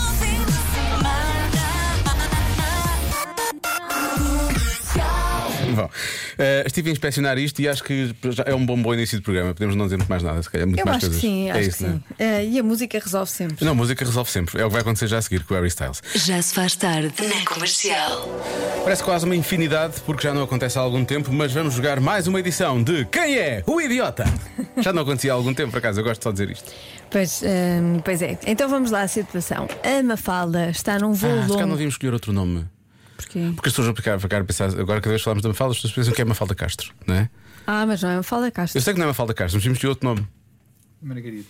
Não vão. Eh, estive a inspecionar isto e acho que já é um bom, bom início de programa. Podemos não dizer muito mais nada, se calhar. Muito Eu mais acho que coisas. sim, é acho isso, que não é? sim. Eh, e a música resolve sempre. Não, música resolve sempre. É o que vai acontecer já a seguir com o Harry Styles. Já se faz tarde na comercial. Parece quase uma infinidade, porque já não acontece há algum tempo, mas vamos jogar mais uma edição de Quem é o Idiota? Já não acontecia há algum tempo, por acaso, eu gosto só de dizer isto. Pois, ehm, pois é. Então vamos lá à situação. A Mafalda está num voo Ah, se calhar não longo. devíamos escolher outro nome. Porquê? Porque as pessoas vão ficar, ficar a pensar, agora cada vez que falamos da Mafalda, as pessoas pensam que é Mafalda Castro, não é? Ah, mas não é Mafalda Eu Castro. sei que não é Mafalda Castro, mas temos de outro nome. Margarida.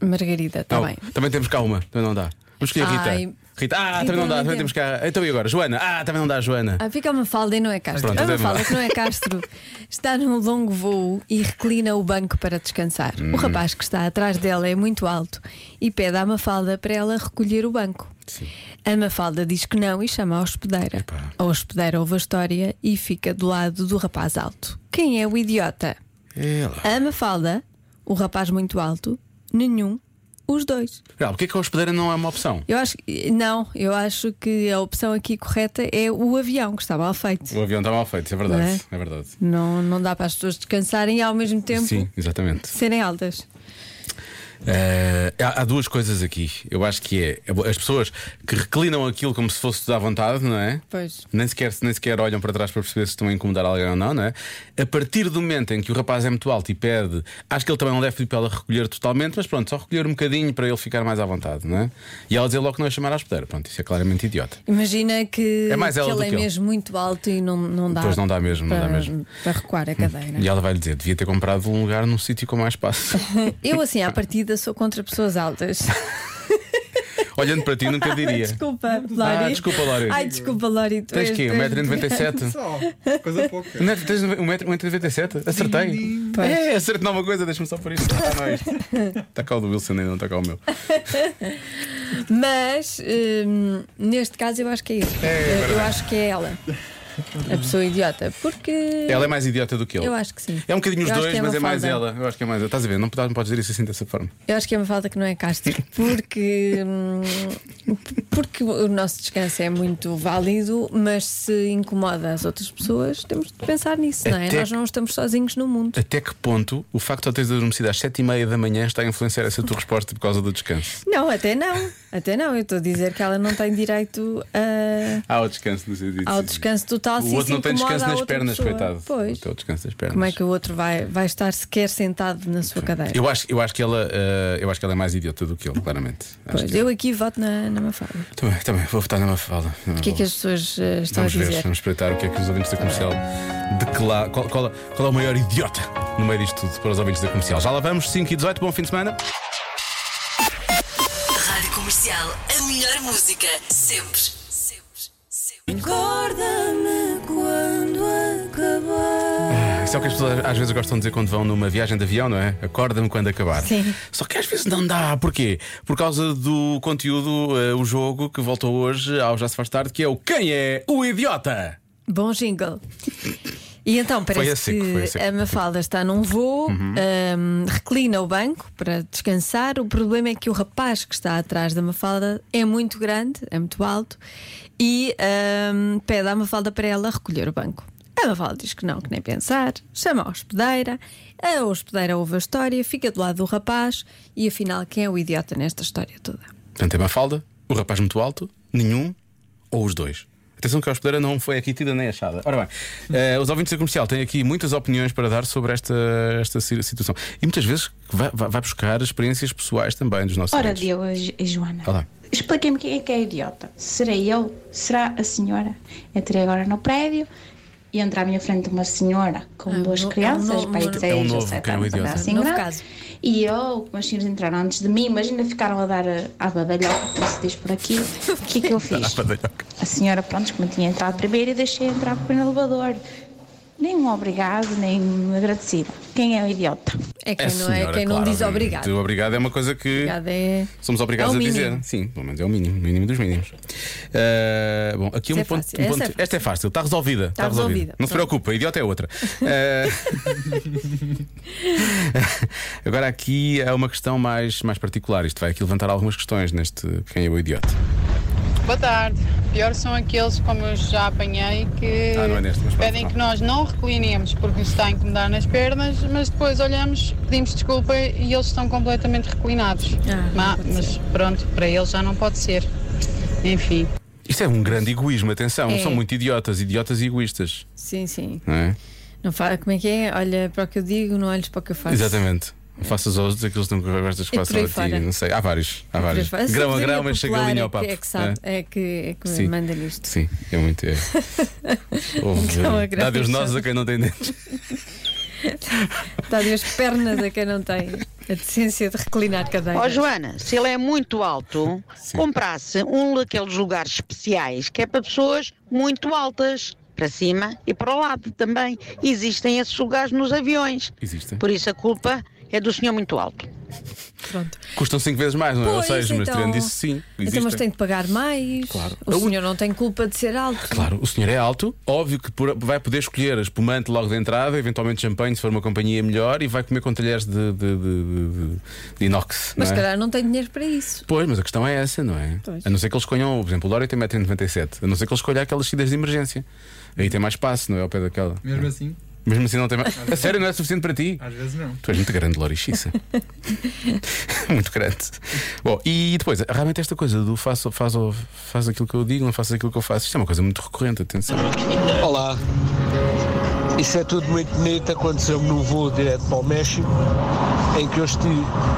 Margarida, está Não, Tá bem. Tá também temos cá uma, também não dá. Vamos escolher Rita. Ai. Rita, ah, Rita, também não dá, não também temos temos. cá. Então e agora? Joana, ah, também não dá, Joana. Ah, fica a Mafalda e não é Castro. Pronto, a até Mafalda lá. que não é Castro está num longo voo e reclina o banco para descansar. Uhum. O rapaz que está atrás dela é muito alto e pede à Mafalda para ela recolher o banco. A Mafalda diz que não e chama a hospedeira. Epá. A hospedeira ouve a história e fica do lado do rapaz alto. Quem é o idiota? Ela. A Mafalda, o rapaz muito alto, nenhum, os dois. Não, porque é que a hospedeira não é uma opção? Eu acho que, não, eu acho que a opção aqui correta é o avião, que está mal feito. O avião está mal feito, é verdade. É? Não verdade. Não, não dá para as pessoas descansarem e ao mesmo tempo Sim, exatamente. serem altas. Eh, há, há duas coisas aqui. Eu acho que é as pessoas que reclinam aquilo como se fosse tudo à vontade, não é? Pois. Nem sequer, nem sequer olham para trás para perceber se estão a incomodar alguém ou não, não é? A partir do momento em que o rapaz é muito alto e pede, acho que ele também não deve pedir para ela recolher totalmente, mas pronto, só recolher um bocadinho para ele ficar mais à vontade, não é? E ela dizer logo que não é chamar à hospedeira. Pronto, isso é claramente idiota. Imagina que, É mais que ela do ele é que ele. mesmo muito alto e não, não dá. Pois não dá mesmo, não para, dá mesmo. Hum, Para recuar a cadeira. E ela vai lhe dizer: devia ter comprado um lugar num sítio com mais espaço. Eu, assim, à partida, sou contra pessoas altas. Olhando para ti, nunca diria. Ah, desculpa, Lori. desculpa, Lori. Ai, desculpa, Lori. tu Tens és- quê? tu és muito grande. 1,97m? Só, coisa pouca. Não é- Tens 1,97m? Acertei. Pois. É, acertei numa coisa, deixa-me só por isso. Ah, não, é isto. Está cá o do Wilson, ainda não está cá o meu. Mas hum, neste caso eu acho que é isso. eu, eu acho que é ela. A pessoa idiota. Porque. Ela é mais idiota do que ele. Eu acho que sim. É um bocadinho os Eu acho dois, que mas é mais Mafalda. ela. Eu acho que é mais ela. Estás a ver? Não podes, não podes dizer isso assim dessa forma. Eu acho que é uma falta que não é Castro. Porque. hum, porque o nosso descanso é muito válido, mas se incomoda as outras pessoas, temos de pensar nisso, não é? Até- Nós não estamos sozinhos no mundo. Até que ponto o facto de tu teres adormecido às 7h30 da manhã está a influenciar essa tua resposta por causa do descanso? Não, até não. Até não. Eu estou a dizer que ela não tem direito a. Há o descanso no sentido. Ao descanso total, O se outro isso não tem incomoda descanso a nas outra pernas, pessoa. coitado. Então, Pois. O teu descanso nas pernas. Como é que o outro vai, vai estar sequer sentado na sua cadeira? Eu acho, eu acho que ela, eh, eu acho que ela é mais idiota do que ele, claramente. Acho Pois, que- eu aqui voto na, na Mafalda. Também, também, vou votar na Mafalda. O que é que as pessoas eh, estão Vamos a ver, dizer? vamos espreitar o que é que os ouvintes da comercial declaram. Qual, qual, qual é o maior idiota no meio disto tudo para os ouvintes da comercial? Já lá vamos, 5 e 18, bom fim de semana. Rádio comercial, a melhor música, sempre. Sempre, sempre. Acorda-me quando acabar. Isso é o que as pessoas às vezes gostam de dizer quando vão numa viagem de avião, não é? Acorda-me quando acabar. Sim. Só que às vezes não dá. Porquê? Por causa do conteúdo, eh, o jogo que voltou hoje ao Já Se Faz Tarde, que é o Quem é o Idiota? Bom jingle. E então parece a seco, que foi assim. Uhum. a seco. a Mafalda está num voo, ahm, reclina o banco para descansar. O problema é que o rapaz que está atrás da Mafalda é muito grande, é muito alto, e ahm, pede à Mafalda para ela recolher o banco. A Mafalda diz que não, que nem pensar, chama a hospedeira, a hospedeira ouve a história, fica do lado do rapaz e afinal quem é o idiota nesta história toda? Portanto, é Mafalda, o rapaz muito alto, nenhum ou os dois. Atenção que a hospedeira não foi aqui tida nem achada. Ora bem, eh, os ouvintes da comercial têm aqui muitas opiniões para dar sobre esta, esta si- situação. E muitas vezes vai, vai- vai buscar experiências pessoais também dos nossos Ora, ouvintes. Diogo e e Joana. Olá. Expliquem-me quem é que é idiota. Serei eu? Será a senhora? Entrei agora no prédio e entra à minha frente uma senhora com Ah, duas no- é um crianças, novo- pai um de 6 novo- ou que 7 é um anos, idiota. nada assim Novo grande. caso. E eu, meus filhos entraram antes de mim, imagina ficaram a dar eh, à badalhoca, como se diz por aqui. O que é que eu Tá, Ah, fiz? A senhora, pronto, como tinha entrado primeiro, eu deixei entrar primeiro no elevador. Nem um obrigado, nem um agradecido. Quem é o idiota? É quem, É, não, senhora, é, quem não claro, diz obrigado. obviamente. Obrigado é uma coisa que Obrigada é. somos obrigados É o a dizer. mínimo. Sim, pelo menos é o mínimo, o mínimo dos mínimos. Eh, bom, aqui Isso um é ponto. fácil, um essa ponto- é fácil. Esta é fácil, está resolvida. Está resolvida, Não se pronto. preocupa, idiota é outra. Eh, Agora aqui é uma questão mais, mais particular. Isto vai aqui levantar algumas questões neste quem é o idiota. Boa tarde, pior são aqueles, como eu já apanhei, que Ah, não é neste, mas pronto, pedem não. que nós não reclinemos porque nos está a incomodar nas pernas, mas depois olhamos, pedimos desculpa e eles estão completamente reclinados. Ah, não Ma- pode mas pronto, para eles já não pode ser. Enfim. Isto é um grande egoísmo, atenção, É. são muito idiotas, idiotas e egoístas, Sim, sim. não é? Não fala, como é que é? Olha para o que eu digo, não olhes para o que eu faço. É. Exatamente. Faças aos outros aqueles que não gostas que E por aí façam a ti, fora. não sei. Há vários, há Por aí vários. fora. A Grão a sabedoria grão, mas chega popular linha ao é que- papo. né? É que sabe, é, que, é que Sim. manda isto. Sim, é muito. É. Ouve, Grão a grão, é dá Deus sabe. nozes a quem não tem dentes. Dá-lhe as pernas a quem não tem a decência de reclinar cadeiras. Ó Joana, se ele é muito alto, comprasse um daqueles lugares especiais que é para pessoas muito altas, para cima e para o lado também. Existem esses lugares nos aviões. Existem. Por isso a culpa é do senhor muito alto. Pronto. Custam 5 vezes mais, não é? Ou Pois, 6, mas então. tirando isso, sim. Então, mas existem. tem de pagar mais. Claro. O Eu- senhor não tem culpa de ser alto. Claro, o senhor é alto, óbvio que por- vai poder escolher a espumante logo de entrada, eventualmente champanhe, se for uma companhia melhor, e vai comer com talheres de, de- de- de- de inox. Mas se não é? calhar não tem dinheiro para isso. Pois, mas a questão é essa, não é? Pois. A não ser que eles escolham, por exemplo, o Lória tem 1,97m, a não ser que ele escolha aquelas saídas de emergência. Aí tem mais espaço, não é? Ao pé daquela. Mesmo assim, Mesmo assim não tem mais. A sério, não é suficiente para ti? às vezes não. Tu és muito grande, Lória Xissa. muito grande. Bom, e depois, realmente esta coisa do faz, faz, faz aquilo que eu digo, não faças aquilo que eu faço, isto é uma coisa muito recorrente, atenção. Olá. Isso é tudo muito bonito. Aconteceu-me num voo direto para o México, em que eu esti-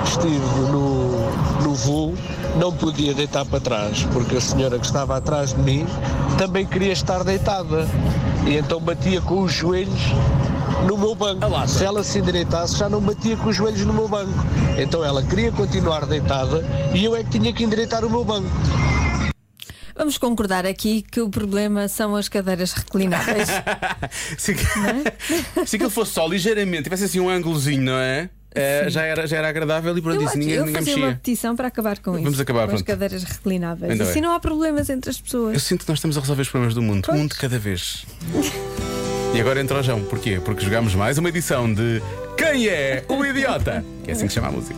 estive, no, no voo, não podia deitar para trás, porque a senhora que estava atrás de mim também queria estar deitada. E então batia com os joelhos no meu banco. Se ela se endireitasse, já não batia com os joelhos no meu banco. Então ela queria continuar deitada e eu é que tinha que endireitar o meu banco. Vamos concordar aqui que o problema são as cadeiras reclináveis. Se, é? se aquilo fosse só ligeiramente, tivesse assim um ângulozinho, não é? Eh, já, era, já era agradável e pronto, eu isso acho- ninguém, eu ninguém fazia uma mexia. petição para acabar com isso. Vamos acabar, com as pronto. cadeiras reclináveis. Ainda assim bem. não há problemas entre as pessoas. Eu sinto que nós estamos a resolver os problemas do mundo, Pois. um de cada vez. E agora entra o João, porquê? Porque jogámos mais uma edição de Quem é o Idiota? Que é assim que se chama a música.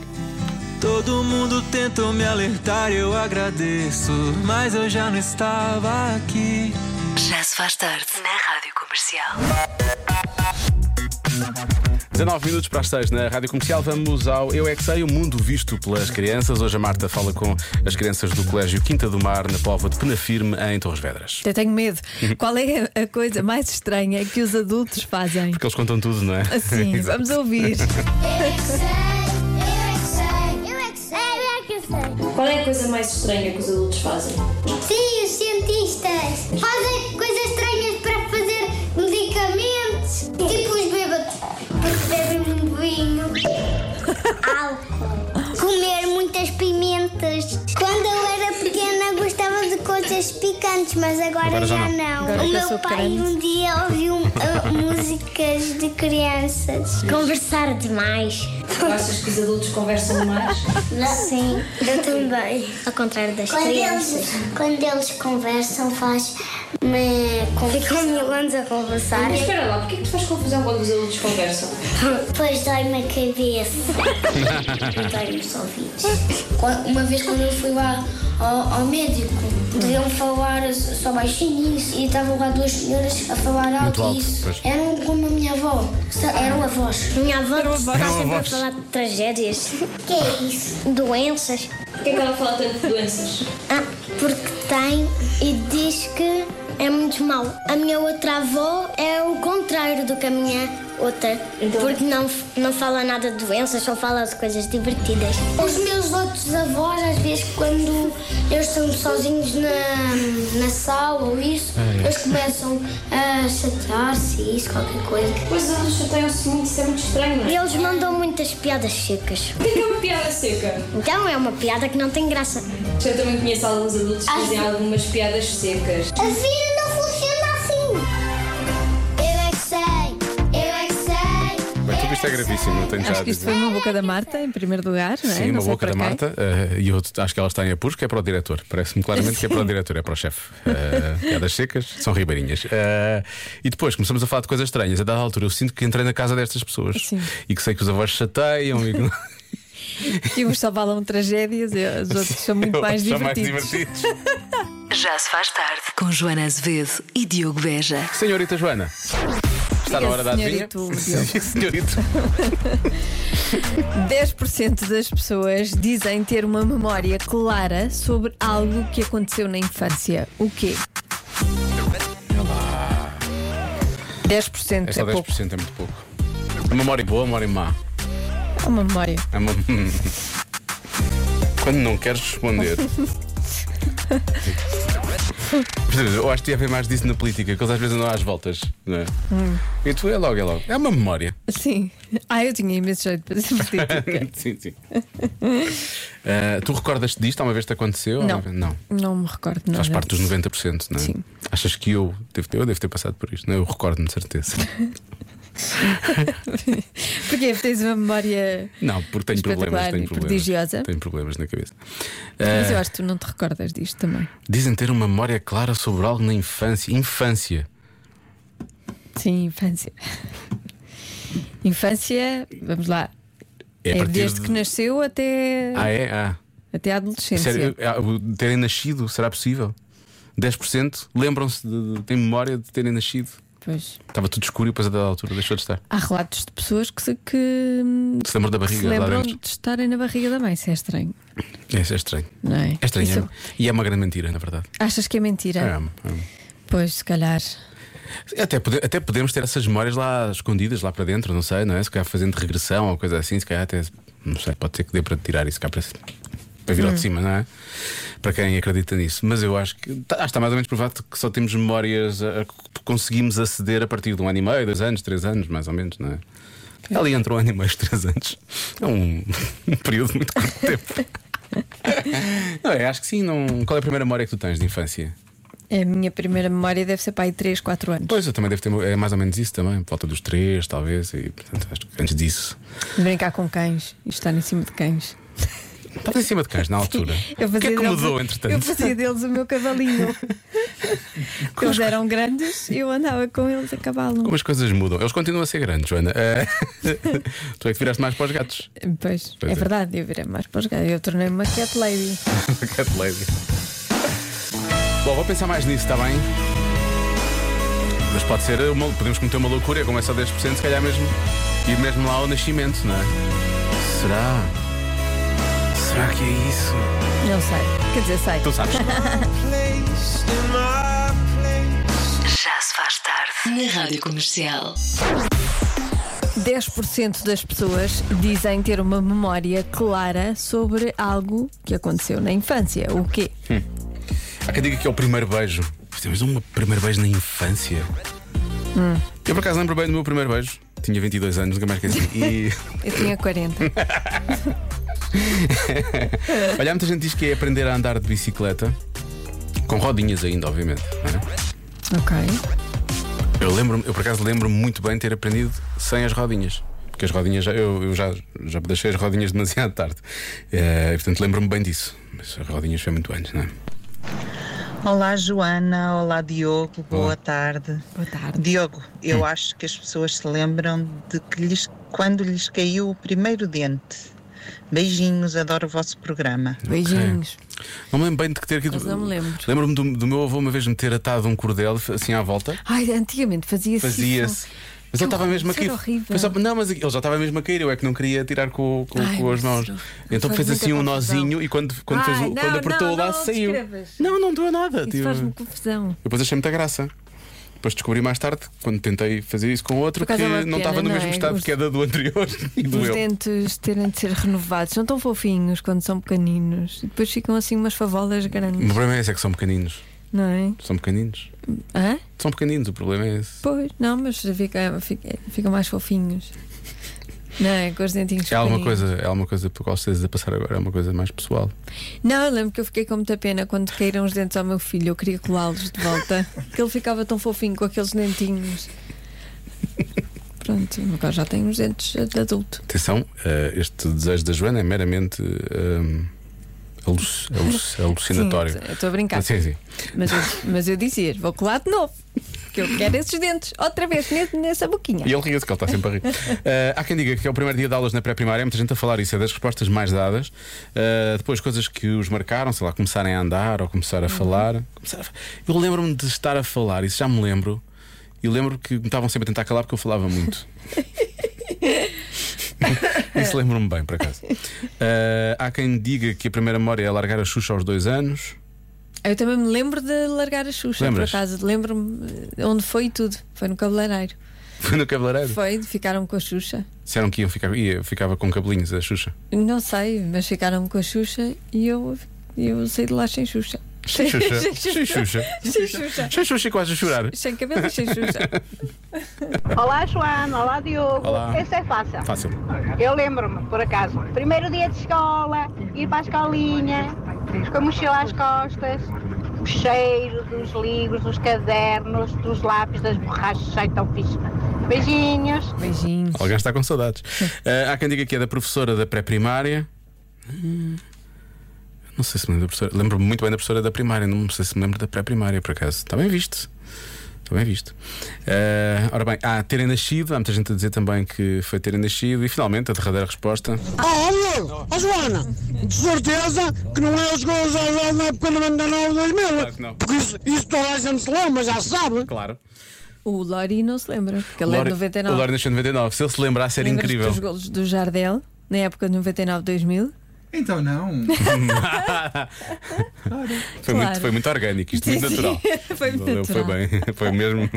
Todo mundo tentou me alertar, eu agradeço, mas eu já não estava aqui. Já se faz tarde na Rádio Comercial. 19 minutos para as 6 na Rádio Comercial, vamos ao Eu É Que Sei, o mundo visto pelas crianças. Hoje a Marta fala com as crianças do Colégio Quinta do Mar, na Póvoa de Penafirme, em Torres Vedras. Eu tenho medo. Qual é a coisa mais estranha que os adultos fazem? Porque eles contam tudo, não é? Assim, Exato. vamos ouvir. é Qual é a coisa mais estranha que os adultos fazem? Sim, os cientistas fazem coisas estranhas para fazer medicamentos, tipo os bêbados, porque bebem um vinho, álcool, comer muitas pimentas. Quando eu era pequena gostava de coisas picantes, mas agora, Agora já já não. não. Agora o que eu meu sou pai grande. um dia ouviu uh, músicas de crianças. Conversar demais. Tu achas que os adultos conversam demais? Sim, eu também. Ao contrário das crianças. quando eles conversam, faz-me confusão. Ficam milões a conversar. Mas espera lá, porquê é que tu faz confusão quando os adultos conversam? Depois dói-me a cabeça. dói-me os ouvidos. Uma vez quando eu fui lá ao, ao médico, deviam falar só baixinho e estavam lá duas senhoras a falar alto, alto, e isso. pois. Eram como a minha avó. Sa- Eram avós. Minha avó um está sempre a falar de tragédias. que é isso? Doenças. Porquê é que ela fala tanto de doenças? Ah, porque tem e diz que é muito mau. A minha outra avó é o contrário do que a minha outra. Porque não, não fala nada de doenças, só fala de coisas divertidas. Os meus outros avós, às vezes, quando eles estão sozinhos na, na sala ou isso, eles começam a chatear-se e isso, qualquer coisa. Pois os adultos chateiam-se muito, isso é muito estranho, não é? Eles mandam muitas piadas secas. O que é que é uma piada seca? Então é uma piada que não tem graça. Já também conheço alguns adultos que Ah, Ai. dizem algumas piadas secas. A vida não funciona assim. Eu é que sei, eu é que sei. Bem, eu tudo isto é que gravíssimo, não tenho já Acho a que isto dizer. foi uma boca da Marta, em primeiro lugar, não é? Sim, não uma sei boca para da quem. Marta eh, e eu acho que ela está em apuros, que é para o diretor. Parece-me claramente que é para o diretor, é para o chefe. Eh, piadas secas, são ribeirinhas. Eh, e depois começamos a falar de coisas estranhas. A dada altura, eu sinto que entrei na casa destas pessoas Sim. e que sei que os avós chateiam e que Que uns só falam tragédias e os outros são muito mais são mais divertidos. divertidos. Já se faz tarde. Com Joana Azevedo e Diogo Beja. Senhorita Joana, está na Diga, hora da adivinha. senhorito Sim, senhorito. 10% das pessoas dizem ter uma memória clara sobre algo que aconteceu na infância. O quê? 10% É é só pouco. 10%, é muito pouco. A memória boa, a memória má. É uma memória. É uma- Quando não queres responder. Eu acho que ia haver mais disso na política, que eles às vezes andam às voltas. Não é? Hum. E tu é logo, é logo. É uma memória. Sim. Ah, eu tinha imenso jeito para ser política. sim, sim. Ah, tu recordas-te disto? Alguma vez te aconteceu? Não. Não. Não me recordo. Não Faz já parte dos disse. 90%, não é? Sim. Achas que eu devo ter, eu devo ter passado por isto, não é? Eu recordo-me de certeza. Porquê? Porque tens uma memória. Não, porque tenho problemas, Espetacular tenho e problemas. prodigiosa. Tenho problemas na cabeça. Mas eu Ah, acho que tu não te recordas disto também. Dizem ter uma memória clara sobre algo na infância. Infância. Sim, infância. Infância, vamos lá. É a partir desde de- que nasceu até, Ah, é? Ah. é, até a adolescência. Sério, eu- eu- terem nascido, será possível? 10% lembram-se, de, de- têm memória de terem nascido. Pois. Estava tudo escuro e depois a dada altura deixou de estar. Há relatos de pessoas que se, que, Se lembram da que se barriga lá lembram dentro. de estarem na barriga da mãe, isso é estranho. É, isso é estranho. Não é? É estranho. Isso- E é uma grande mentira, na verdade. Achas que é mentira? É, é. Pois, se calhar. Até, pode- até podemos ter essas memórias lá escondidas, lá para dentro, não sei, não é? Se calhar fazendo regressão ou coisa assim, se calhar até. Não sei, pode ser que dê para tirar isso cá para, para vir lá Hum. de cima, não é? Para quem acredita nisso. Mas eu acho que. tá- Acho que está mais ou menos provado que só temos memórias a, a que conseguimos aceder a partir de um ano e meio, dois anos, três anos, mais ou menos, não é? Ali entre um ano e meio, e três anos. É um, um período muito curto de tempo. não é? Acho que sim. Não... Qual é a primeira memória que tu tens de infância? A minha primeira memória deve ser para aí 3, 4 anos. Pois, eu também devo ter é mais ou menos isso também, por volta dos três, talvez, e portanto, acho que antes disso. De brincar com cães e estar em cima de cães. Estava em cima de cães na altura. Eu o que é que fazia mudou, deles, entretanto? Eu fazia deles o meu cavalinho. Eles eram grandes, eu andava com eles a cavalo. Como é? as coisas mudam. Eles continuam a ser grandes, Joana. Eh, tu é que te viraste mais para os gatos. Pois, Pois é, é. verdade, eu virei mais para os gajos. Eu tornei-me uma cat lady. Cat lady. Bom, vou pensar mais nisso, está bem? Mas pode ser, uma, podemos cometer uma loucura, como é só 10%, se calhar mesmo. Ir mesmo lá ao nascimento, não é? Será? Será que é isso? Não sei. Quer dizer, sei. Tu sabes. Já se faz tarde. Na Rádio Comercial. 10% das pessoas dizem ter uma memória clara sobre algo que aconteceu na infância. O quê? Hum. Há quem diga que é o primeiro beijo. Temos um primeiro beijo na infância. Hum, Eu por acaso lembro bem do meu primeiro beijo. Tinha 22 anos, nunca mais esqueci. E. eu tinha 40. Olha, há muita gente diz que é aprender a andar de bicicleta. Com rodinhas ainda, obviamente. não é? ok. Eu lembro eu por acaso lembro-me muito bem de ter aprendido sem as rodinhas. Porque as rodinhas, já- eu, eu já, já deixei as rodinhas demasiado tarde. Eh, portanto, lembro-me bem disso. Mas as rodinhas foi muito antes, não é? Olá Joana, olá Diogo, boa Olá. tarde. Boa tarde. Diogo, eu acho que as pessoas se lembram de que lhes- quando lhes caiu o primeiro dente. Beijinhos, adoro o vosso programa. Beijinhos. Não me lembro bem de que ter aqui. Mas não me lembro. Lembro-me do, do meu avô uma vez me ter atado um cordel assim à volta. Ai, antigamente fazia-se. isso. Fazia-se. Mas ele estava mesmo a isso era cair. horrível. Foi só- não, mas ele já estava mesmo a cair, eu é que não queria tirar com, com, Ai, com as mãos. Então faz fez muita assim um confusão. nozinho e quando, quando, fez Ai, o- quando não, apertou não, o laço não, saiu. descrevas. Não, não doeu nada. Isso tipo- faz-me confusão. Eu Depois achei muita graça. Depois descobri mais tarde, quando tentei fazer isso com outro, Por que causa da não estava pena, no não mesmo é? estado Os- de queda do anterior e Os doeu. dentes terem de ser renovados. São tão fofinhos quando são pequeninos. E depois ficam assim umas favolas O grandes. meu problema é esse, é que são pequeninos. Não é? São pequeninos. Hã? São pequeninos, o problema é esse. Pois, não, mas fica- fica- ficam mais fofinhos. Não é? Com os dentinhos É alguma pequeninos. coisa, é alguma coisa pelo qual vocês a passar agora, é uma coisa mais pessoal. Não, eu lembro que eu fiquei com muita pena quando caíram os dentes ao meu filho. Eu queria colá-los de volta. que ele ficava tão fofinho com aqueles dentinhos. Pronto, agora já tenho os dentes de adulto. Atenção, eh, este desejo da Joana é meramente eh, aluc- aluc- alucinatório. Sim, eu Estou a brincar. Sim, sim. Mas eu, mas eu dizia, vou colar de novo. porque eu quero esses dentes outra vez ne- nessa boquinha. E ele ria-se, que ele está sempre a rir. Eh, há quem diga que é o primeiro dia de aulas na pré-primária, há muita gente a falar isso, é das respostas mais dadas. Eh, depois, coisas que os marcaram, sei lá, começarem a andar ou começar a falar. Começar a fa- Eu lembro-me de estar a falar, isso já me lembro. E lembro que me estavam sempre a tentar calar porque eu falava muito. isso lembro-me bem, por acaso. Eh, há quem diga que a primeira memória é largar a Xuxa aos dois anos. Eu também me lembro de largar a Xuxa Lembras? por acaso. Lembro-me eh, onde foi e tudo. Foi no cabeleireiro. Foi no cabeleireiro. Foi, ficaram com a Xuxa. Disseram que iam ficar, ia, ficava com cabelinhos a Xuxa. Não sei, mas ficaram com a Xuxa e eu, eu saí de lá sem Xuxa. Sem Xuxa? Sem Xuxa? Sem Xuxa. Sem Xuxa e quase a chorar. Sem cabelo e sem Xuxa. Olá, Joana. Olá, Diogo. Olá. Esse é fácil. Fácil. Eu lembro-me, por acaso, primeiro dia de escola, ir para a escolinha, com a mochila às costas, o cheiro dos livros, dos cadernos, dos lápis, das borrachas, cheio tão fixe. Beijinhos. Beijinhos. Alguém está com saudades. Ah, há quem diga que é da professora da pré-primária. Hum, Não sei se me lembro da professora. Lembro-me muito bem da professora da primária. Não sei se me lembro da pré-primária, por acaso. Está bem visto. Está bem visto. Ah, ora bem, há terem nascido. Há muita gente a dizer também que foi terem nascido. E finalmente, a derradeira resposta. Ah, Diogo, ó Joana, de certeza que não é os gols ao gol na época 99 Claro que 2000. não. Porque isso, isso toda a gente se lembra, já se sabe. Claro. O Lori não se lembra, porque ele é de Lori- 99. O Lori nasceu em 99. Se ele se lembrasse, era Lembras-te incrível. dos golos do Jardel, na época de 99-2000? Então não. Foi, Claro. muito, foi muito orgânico, isto Sim, muito sim. natural. Foi muito Valeu, natural. Foi bem, foi mesmo.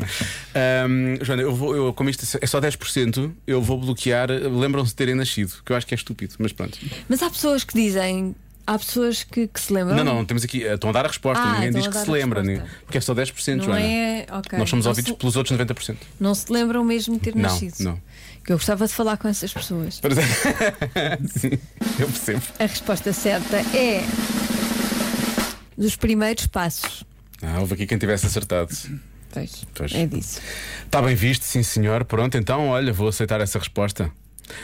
Ahm, Joana, eu vou, eu, como isto é só 10%, eu vou bloquear. Lembram-se de terem nascido, que eu acho que é estúpido, mas pronto. Mas há pessoas que dizem, há pessoas que, que se lembram. Não, não, temos aqui. eh, Estão a dar a resposta, Ah, ninguém estão diz a que dar se a lembra, resposta. né? porque é só 10%, Não Joana. é- ok. Nós somos Não ouvidos se- pelos outros 90%. Não se lembram mesmo de ter Não, nascido. não. Que eu gostava de falar com essas pessoas. é. Sim, eu percebo. A resposta certa é. Dos primeiros passos. Ah, houve aqui quem tivesse acertado. Pois, é disso. Está bem visto, sim senhor. Pronto, então, olha, vou aceitar essa resposta.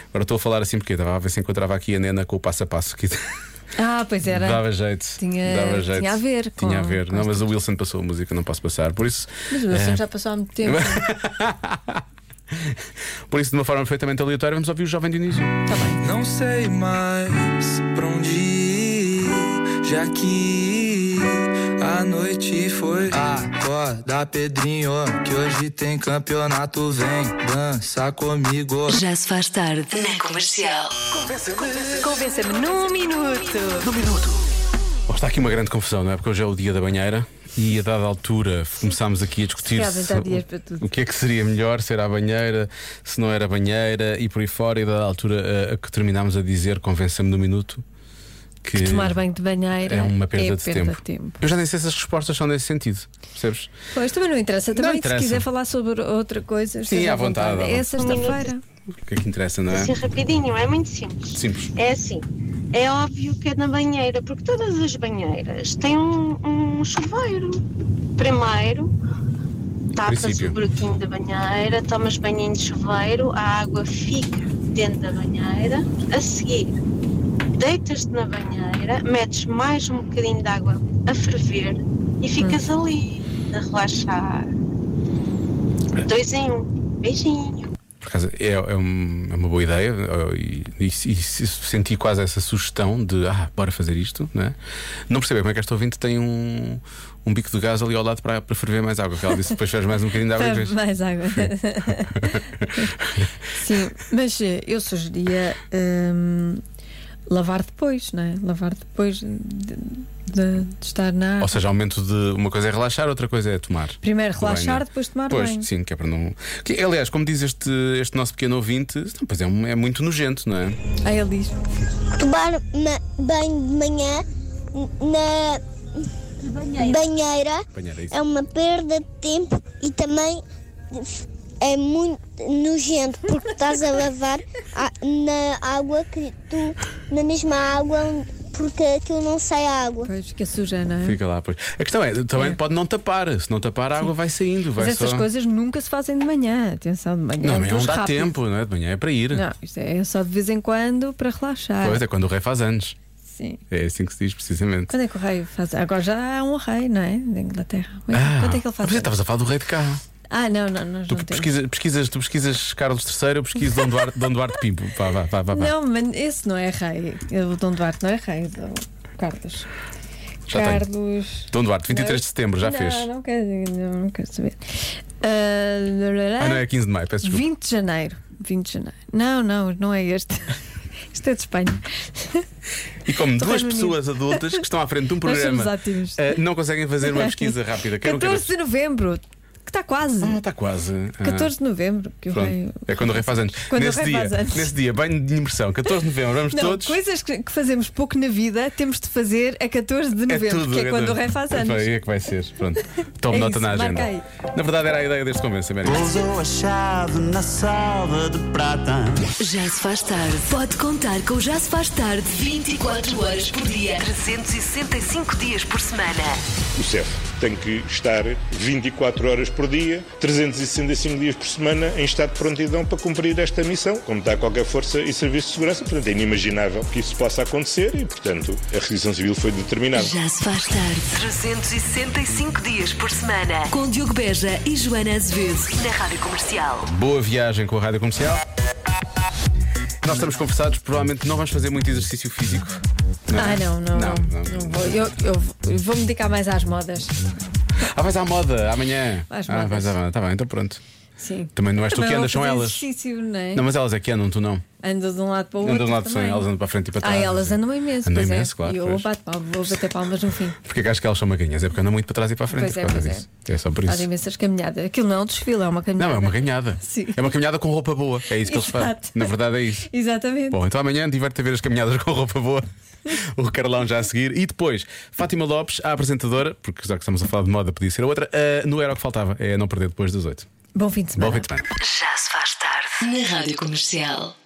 Agora estou a falar assim porque estava a ver se encontrava aqui a Nena com o passo a passo. Que... Ah, pois era. Dava jeito. Tinha- dava jeito. tinha a ver com- Tinha a ver. com Não, mas o Wilson passou a música, não posso passar. Por isso. Mas o Wilson eh, já passou há muito tempo. Por isso, de uma forma perfeitamente aleatória, vamos ouvir o jovem Dionísio. Não sei mais pra onde ir, já que a noite foi. Acorda, Pedrinho, que hoje tem campeonato, vem dança comigo. Já se faz tarde na comercial. Convença-me num minuto. Num minuto. Oh, está aqui uma grande confusão, não é? Porque hoje é o dia da banheira e a dada altura começámos aqui a discutir Se calhar se- há dias para tudo. o que é que seria melhor, se era a banheira, se não era a banheira e por aí fora. E a dada altura eh, a, a que terminámos a dizer, convencemos no minuto, que, Tomar banho de banheira é uma perda, de, perda tempo. Eu já nem sei se as respostas são nesse sentido, percebes? Pois também não interessa. Também interessa. se quiser falar sobre outra coisa, Sim, esteja à vontade, à É vontade. sexta-feira. O que é que interessa, não é? Assim rapidinho, é muito simples. Simples. É assim, é óbvio que é na banheira, porque todas as banheiras têm um, um chuveiro. Primeiro, tapas o Princípio. buraquinho da banheira, tomas banhinho de chuveiro, a água fica dentro da banheira. A seguir, deitas-te na banheira, metes mais um bocadinho de água a ferver e ficas ali a relaxar. Dois em um. Beijinho. Por acaso, é, é um- é uma boa ideia eh, e, e- e se- senti quase essa sugestão de ah, bora fazer isto, não é? Não percebo como é que esta ouvinte tem um, um bico de gás ali ao lado para, para ferver mais água. Que ela disse depois fez mais um bocadinho de água e Ferve vês. mais água. Sim, mas eh, eu sugeria hum, lavar depois, não é? Lavar depois de, de- de estar na água. Ou seja, aumento de uma coisa é relaxar, outra coisa é tomar. Uhum. Primeiro o relaxar, banho. depois tomar Pois, banho. sim, que é para não. Que, aliás, como diz este, este nosso pequeno ouvinte, não, pois é, um- é muito nojento, não é? Aí ele diz: Tomar ma- banho de manhã na banheira, Banheira, isso. é uma perda de tempo e também é muito nojento porque estás a lavar a- na água que tu, na mesma água, onde- porque aquilo não sai água. Pois, fica suja, não é? Fica lá, pois. A questão é, também pode não tapar, se não tapar, a água vai saindo, vai Mas essas só. coisas nunca se fazem de manhã. Atenção, de manhã. Não, é mas não tudo dá rápido. tempo, não é? De manhã é para ir. Não, isto é só de vez em quando para relaxar. Pois é, quando o rei faz anos. Sim. É assim que se diz, precisamente. Quando é que o rei faz? Agora já há um rei, não é? Da Inglaterra. Mas Ah, quando é que ele faz? Mas estavas a falar do rei de cá. Ah, não, não, nós Tu não temos. pesquisas, pesquisas, tu pesquisas Carlos III, eu pesquiso Dom Duarte, Dom Duarte Pimpo. Vá, vá, vá, vá. vá. Não, mas esse não é rei. O Dom Duarte não é rei, o Carlos. Já tenho. Carlos. Dom Duarte, 23 de setembro, já não, fez. Não quero, não, não quero saber. Ah, Ah, não, é 15 de maio, peço desculpa. 20 de janeiro. 20 de janeiro. Não, não, não é este. Isto é de Espanha. E como Do duas Reino pessoas adultas que estão à frente de um Nós programa somos ótimos. eh, não conseguem fazer uma pesquisa rápida. Quero um 14 de novembro, que está quase. Está quase. Ah, 14 de novembro, que o pronto. rei. É quando o rei faz anos. Quando o nesse, rei dia, faz anos. nesse dia, banho de imersão, 14 de novembro, vamos Não, todos. coisas que, que fazemos pouco na vida temos de fazer a 14 de novembro, que é quando o rei faz anos. Aí é que vai ser. Pronto. Tome É nota isso, na marca agenda. aí. Na verdade, era a ideia deste convença, América. Pousou a chave na salva de prata. Já se faz tarde. Pode contar com o Já se faz tarde 24 horas por dia, 365 dias por semana. O CEF tem que estar 24 horas por dia, 365 dias por semana, em estado de prontidão para cumprir esta missão, como está qualquer força e serviço de segurança. Portanto, é inimaginável que isso possa acontecer e, portanto, a requisição civil foi determinada. Já se faz tarde 365 dias por semana com Diogo Beja e Joana Azevedo na Rádio Comercial. Boa viagem com a rádio comercial. Nós estamos conversados, provavelmente não vamos fazer muito exercício físico. Ah, não, não, Não, não. não vou. Eu, eu vou- eu vou me dedicar mais às modas. Ah, vais à moda amanhã. Às ah, modas. vais à moda. Está bem, então pronto. Sim. Também não és tu Também que vou andas, são fazer elas. Exercício, não é? Não, mas elas é que andam, tu não. Andam de um lado para o outro. Andam de um lado só, também. elas andam para a frente e para Ah, trás. é. elas andam imenso, Andam pois imenso, é. claro, E eu pois. bato palmas, vou bater palmas no fim. Porque é que acho que elas são maganhas? É porque andam muito para trás e para a frente. Pois é, por causa pois é. disso. é. só por Fazem isso. imensas caminhadas. Aquilo não é um desfile, é uma caminhada. Não, é uma caminhada. Sim. É uma caminhada com roupa boa. É isso que eles fazem. Exato. Na verdade, é isso. Exatamente. Bom, então amanhã diverte a ver as caminhadas com roupa boa. O Carlão já a seguir. E depois, Fátima Lopes, a apresentadora, porque já que estamos a falar de moda, podia ser a outra, ah, no Era o que Faltava. É não perder depois das oito. Bom fim de Bom semana. fim de semana. Já se faz tarde na Rádio Comercial.